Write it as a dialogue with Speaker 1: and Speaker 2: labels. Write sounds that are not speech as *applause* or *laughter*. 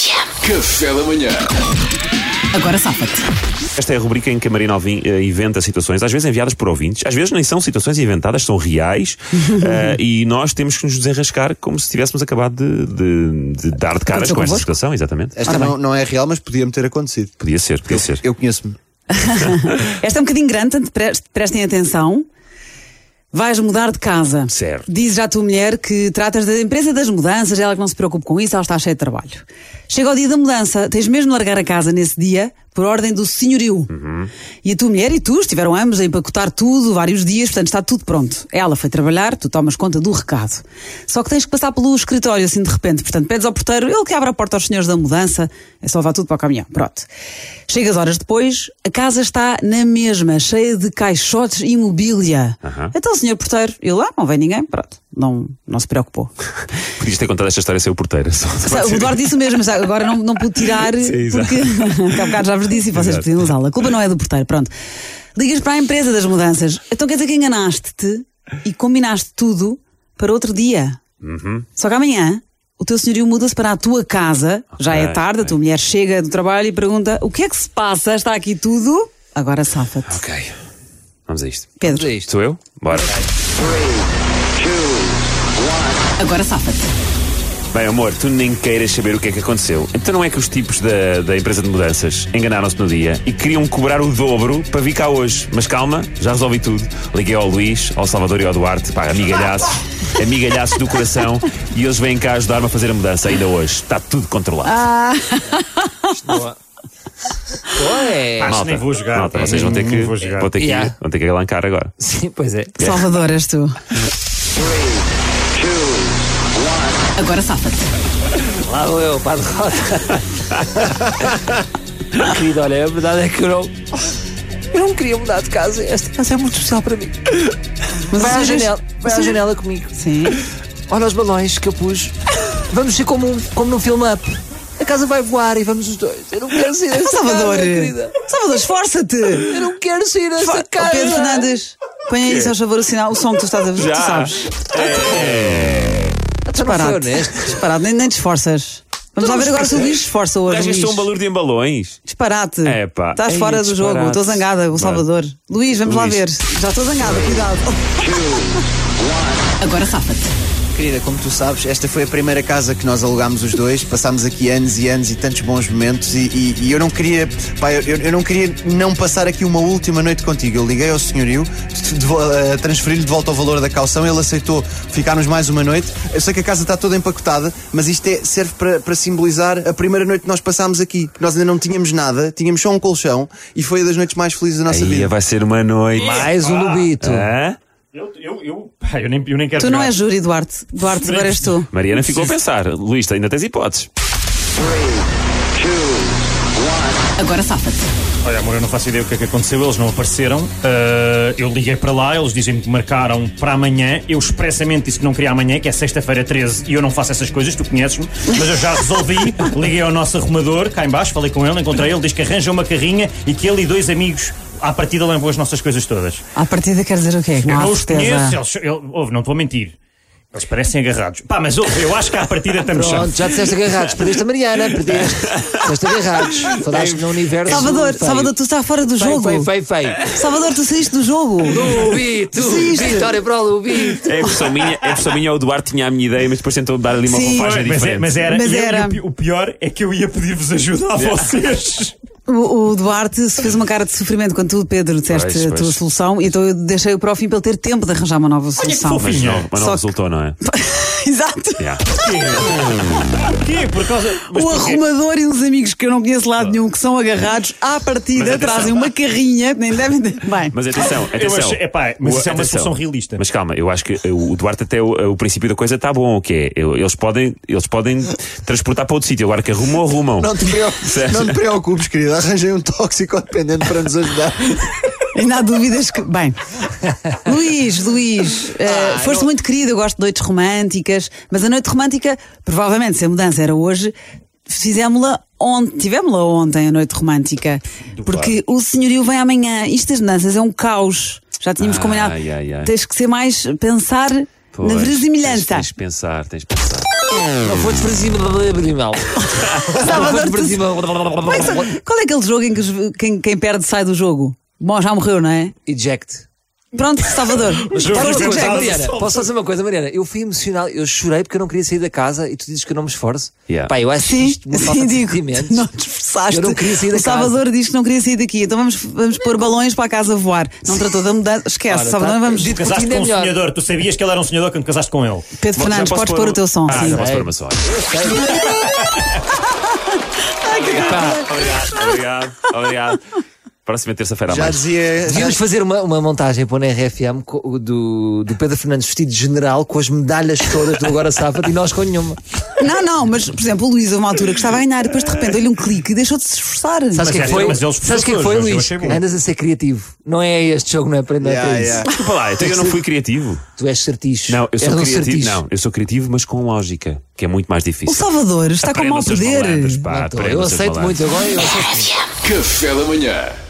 Speaker 1: Café da manhã.
Speaker 2: Agora safa-te.
Speaker 3: Esta é a rubrica em que a Marina Alvim eh, inventa situações, às vezes enviadas por ouvintes, às vezes nem são situações inventadas, são reais, eh, e nós temos que nos desenrascar como se tivéssemos acabado de, de- de dar de caras
Speaker 2: Aconteceu
Speaker 3: com esta
Speaker 2: convosco?
Speaker 3: situação, exatamente.
Speaker 4: Esta não, não é real, mas podia-me ter acontecido.
Speaker 3: Podia ser, podia ser.
Speaker 4: Eu conheço-me.
Speaker 2: Esta é um bocadinho grande, portanto, pres- prestem atenção. Vais mudar de casa.
Speaker 3: Certo.
Speaker 2: Diz já a tua mulher que tratas da empresa das mudanças, ela é que não se preocupa com isso, ela está cheia de trabalho. Chega o dia da mudança, tens mesmo de largar a casa nesse dia, por ordem do senhorio. E a tua mulher e tu estiveram ambos a empacotar tudo, vários dias, portanto está tudo pronto. Ela foi trabalhar, tu tomas conta do recado. Só que tens que passar pelo escritório assim de repente, portanto pedes ao porteiro, ele que abre a porta aos senhores da mudança, é só levar tudo para o caminhão, pronto. Chegas horas depois, a casa está na mesma, cheia de caixotes e mobília.
Speaker 3: Aham.
Speaker 2: Então o senhor porteiro, ele lá, não vem ninguém, pronto, não, não se preocupou.
Speaker 3: Podias ter contado esta história sem o porteiro. só-
Speaker 2: Sa- O Eduardo disse o mesmo, mas agora não, não pude tirar
Speaker 3: Sim, exato.
Speaker 2: porque *laughs* há bocado já vos disse e vocês
Speaker 3: Exato.
Speaker 2: podiam usá-la. A culpa não é do porteiro, pronto. Ligas para a empresa das mudanças. Então quer dizer que enganaste-te e combinaste tudo para outro dia.
Speaker 3: Uhum.
Speaker 2: Só que amanhã o teu senhorio muda-se para a tua casa, já é
Speaker 3: Ok,
Speaker 2: tarde, a tua mulher chega do trabalho e pergunta: o que é que se passa? Está aqui tudo? Agora safa-te.
Speaker 3: Ok. Vamos a isto.
Speaker 2: Pedro,
Speaker 3: Sou eu? Bora.
Speaker 2: agora safa-te.
Speaker 3: Bem, amor, tu nem queiras saber o que é que aconteceu. Então não é que os tipos da, da empresa de mudanças enganaram-se no dia e queriam cobrar o dobro para vir cá hoje. Mas calma, já resolvi tudo. Liguei ao Luís, ao Salvador e ao Duarte, pá, amigalhaços, amigalhaços do coração e eles vêm cá ajudar-me a fazer a mudança ainda hoje. Está tudo controlado.
Speaker 2: Ah.
Speaker 5: Ué.
Speaker 3: malta,
Speaker 6: nem vou jogar,
Speaker 3: malta,
Speaker 6: pá,
Speaker 3: vocês vão ter
Speaker 6: nem
Speaker 3: que,
Speaker 6: vou jogar.
Speaker 3: vão ter que,
Speaker 5: Yeah.
Speaker 3: vão ter que alancar agora.
Speaker 5: Sim, pois é.
Speaker 2: Salvador, és tu. Agora safa-te.
Speaker 5: Lá vou eu para a *laughs* derrota. Querido, olha, a verdade é que eu não. Eu não queria mudar de casa. Esta casa é muito especial para mim.
Speaker 2: Mas
Speaker 5: Vai à
Speaker 2: os senhores-
Speaker 5: janela, vai à janela comigo.
Speaker 2: Sim.
Speaker 5: Olha os balões que eu pus. Vamos ser como, um, como num filme up. A casa vai voar e vamos os dois. Eu não quero *laughs* sair desta
Speaker 2: Salvador, eh,
Speaker 5: casa, querida.
Speaker 2: Salvador, esforça-te.
Speaker 5: Eu não quero sair
Speaker 2: Fa-
Speaker 5: desta
Speaker 2: Oh,
Speaker 5: casa.
Speaker 2: Pedro Fernandes, põe aí, se faz favor, o sinal, o som que tu estás a ver, tu sabes.
Speaker 5: Então não foi
Speaker 2: Parado.
Speaker 5: honesto.
Speaker 2: Disparado, nem, nem te esforças. Vamos lá ver agora se o Luís esforça
Speaker 3: Já
Speaker 2: hoje. Luís.
Speaker 3: gastou um balúrdio em balões.
Speaker 2: Disparate.
Speaker 3: Epá.
Speaker 2: Estás
Speaker 3: Ei,
Speaker 2: fora do
Speaker 3: disparate.
Speaker 2: jogo, estou zangada, o
Speaker 3: Vá.
Speaker 2: Salvador. Luís, vamos lá
Speaker 3: Luís.
Speaker 2: ver. Já estou zangada, cuidado. Agora safa-te.
Speaker 4: Querida, como tu sabes, esta foi a primeira casa que nós alugámos os dois. Passámos aqui anos e anos e tantos bons momentos. E, e- e eu não queria, pá, eu, eu não queria não passar aqui uma última noite contigo. Eu liguei ao senhorio, de- de- eh, transferi-lhe de volta o valor da calção. Ele aceitou ficarmos mais uma noite. Eu sei que a casa está toda empacotada, mas isto é- serve para, para simbolizar a primeira noite que nós passámos aqui. Nós ainda não tínhamos nada, tínhamos só um colchão e foi das noites mais felizes da nossa
Speaker 3: Aí é
Speaker 4: vida.
Speaker 3: vai ser uma noite.
Speaker 5: Mais um lobito.
Speaker 3: Hã?
Speaker 6: Eu, eu, eu, pá, eu nem, eu nem quero
Speaker 2: Tu não
Speaker 6: jogar.
Speaker 2: és júri, Duarte. Duarte, agora és tu.
Speaker 3: Mariana ficou a pensar. Luís, ainda tens hipóteses.
Speaker 2: Agora safa-te.
Speaker 6: Olha, amor, eu não faço ideia o que é que aconteceu, eles não apareceram. Ah, eu liguei para lá, eles dizem-me que marcaram para amanhã. Eu expressamente disse que não queria amanhã, que é sexta-feira 13, e eu não faço essas coisas, tu conheces-me. Mas eu já
Speaker 2: *laughs*
Speaker 6: resolvi, liguei ao nosso arrumador, cá em baixo, falei com ele, encontrei ele, diz que arranja uma carrinha e que ele e dois amigos à partida levam as nossas coisas todas.
Speaker 2: À partida quer dizer o quê? Que
Speaker 6: Eu
Speaker 2: não
Speaker 6: não
Speaker 2: há
Speaker 6: os conheço,
Speaker 2: certeza.
Speaker 6: eles, eu- ouve, não estou a mentir. Eles parecem agarrados. Pá, mas ouve, eu acho que à partida
Speaker 2: *laughs*
Speaker 6: estamos
Speaker 5: Pronto, já disseste agarrados. Perdeste a Mariana, perdeste. Disseste agarrados. Falaste no universo.
Speaker 2: Salvador,
Speaker 5: feio.
Speaker 2: Salvador, tu estás fora do
Speaker 5: Feio,
Speaker 2: jogo.
Speaker 5: feio, feio, feio. *laughs*
Speaker 2: Salvador, tu saíste do jogo.
Speaker 5: Lubito! Vitória para o Lubito!
Speaker 3: É a impressão minha, é a impressão minha, o Duarte tinha a minha ideia, mas depois tentou dar ali uma
Speaker 2: Sim.
Speaker 3: roupagem
Speaker 6: Mas, é-
Speaker 3: diferente.
Speaker 6: mas era,
Speaker 2: Mas
Speaker 6: e eu-
Speaker 2: era.
Speaker 6: e o pi- o pior é que eu ia pedir-vos ajuda *laughs* a vocês.
Speaker 2: O, o Duarte se fez uma cara de sofrimento quando tu, Pedro, disseste
Speaker 3: Pois,
Speaker 2: a
Speaker 3: pois.
Speaker 2: tua solução, então eu deixei-o para o fim para ele ter tempo de arranjar uma nova
Speaker 6: que
Speaker 2: solução.
Speaker 6: fofinho.
Speaker 3: Mas não, mas não
Speaker 2: Só que-
Speaker 3: resultou, não é?
Speaker 2: *laughs* Exato.
Speaker 3: Yeah.
Speaker 6: Porquê? Por causa. mas
Speaker 2: O
Speaker 6: porquê?
Speaker 2: arrumador e uns amigos que eu não conheço de lado nenhum, que são agarrados à partida,
Speaker 3: Ah. atenção.
Speaker 2: trazem uma carrinha, nem devem.
Speaker 3: *laughs*
Speaker 2: ter- Bem,
Speaker 3: Mas atenção, atenção.
Speaker 6: achei- epá, mas
Speaker 3: O-
Speaker 6: isso é uma solução realista.
Speaker 3: Mas calma, eu acho que eh, o Duarte até o, o princípio da coisa está bom, o que é? eu- Eles podem, eles podem transportar para outro sítio, agora que arrumam, arrumam.
Speaker 4: Não te, preo- *laughs*
Speaker 3: Certo.
Speaker 4: não te preocupes, querida. Arranjei um tóxico *laughs* dependente para nos ajudar.
Speaker 2: ainda há dúvidas que. Bem, Luís, Luís,
Speaker 3: Ah,
Speaker 2: eh, foste muito querido, eu gosto de noites românticas, mas a noite romântica, provavelmente, se a mudança era hoje, fizemos-la ontem, tivemos-la ontem, a noite romântica, porque o senhorio vem amanhã. Isto das mudanças é um caos. Já tínhamos
Speaker 3: Ai,
Speaker 2: combinado.
Speaker 3: ai, ai.
Speaker 2: Tens que ser mais pensar
Speaker 3: Pois,
Speaker 2: na
Speaker 3: tens-
Speaker 2: verosimilhança.
Speaker 3: Tens de pensar, tens de pensar.
Speaker 5: Não foi de Brasil.
Speaker 2: Salvador,
Speaker 5: Foi de
Speaker 2: tu-
Speaker 5: Brasil.
Speaker 2: Como é que sabe- Qual é aquele jogo em que os- quem, quem perde sai do jogo? Bom, já morreu, não é?
Speaker 5: Eject.
Speaker 2: Pronto, Salvador.
Speaker 3: jogo
Speaker 2: Foste
Speaker 3: dos
Speaker 5: Posso dizer uma coisa,
Speaker 3: Eject.
Speaker 2: ejected.
Speaker 5: Mariana? Posso fazer uma coisa, Mariana? Eu fui emocional, eu chorei porque eu não queria sair da casa e tu dizes que eu não me esforço.
Speaker 3: Yeah.
Speaker 5: Pá, eu acho
Speaker 2: Sim,
Speaker 5: isto uma falta
Speaker 2: sim,
Speaker 5: de
Speaker 2: digo.
Speaker 5: sentimentos.
Speaker 2: Não te esforçaste.
Speaker 5: Eu não queria sair da
Speaker 2: o Salvador diz que não queria sair daqui. Então vamos, vamos pôr balões para a casa voar. Não tratou da mudança. Esquece,
Speaker 5: Ora,
Speaker 2: Salvador,
Speaker 5: tá.
Speaker 2: vamos.
Speaker 5: Dito-
Speaker 6: Casaste
Speaker 5: Curtindo é
Speaker 6: com um
Speaker 5: melhor.
Speaker 6: sonhador. Tu sabias que ele era um sonhador quando casaste com ele.
Speaker 2: Pedro
Speaker 3: Já
Speaker 2: Fernandes,
Speaker 3: posso
Speaker 2: podes
Speaker 3: pôr
Speaker 2: pôr o teu som.
Speaker 3: Ah,
Speaker 2: sim.
Speaker 3: já posso pôr o meu som.
Speaker 2: *laughs* Ai, que
Speaker 5: Pá,
Speaker 3: Obrigado, obrigado, obrigado. Próxima terça-feira a
Speaker 4: Já
Speaker 3: mais.
Speaker 4: dizia. já-
Speaker 5: Devíamos fazer uma, uma montagem para o RFM co- do, do Pedro Fernandes vestido de general com as medalhas todas do Agora Sábado e nós com nenhuma.
Speaker 2: Não, não, mas por exemplo, o Luís, a uma altura que estava a ganhar, e depois de repente deu-lhe um clique e deixou de se esforçar.
Speaker 5: Sabes o que é
Speaker 6: é,
Speaker 5: que foi?
Speaker 6: mas eles
Speaker 5: Sabes o que é que
Speaker 6: professores,
Speaker 5: foi,
Speaker 6: mas eu
Speaker 5: Luís?
Speaker 6: achei bom.
Speaker 5: Andas a ser criativo. Não é este jogo, não é para, não é
Speaker 4: Yeah,
Speaker 5: para isso.
Speaker 4: yeah.
Speaker 3: Desculpa lá, então eu não fui criativo.
Speaker 5: Tu és certicho.
Speaker 3: Não, eu
Speaker 5: És
Speaker 3: sou
Speaker 5: um
Speaker 3: criativo.
Speaker 5: certicho.
Speaker 3: Não, eu sou criativo, mas com lógica, que é muito mais
Speaker 2: O
Speaker 3: difícil.
Speaker 2: Salvador está com
Speaker 3: Aprendam
Speaker 2: mau
Speaker 3: seus
Speaker 2: poder.
Speaker 3: malandros, pá,
Speaker 5: Não, tô.
Speaker 3: aprendam
Speaker 5: eu
Speaker 3: seus
Speaker 5: aceito
Speaker 3: malandros.
Speaker 5: muito agora. Eu aceito.
Speaker 1: Café da manhã.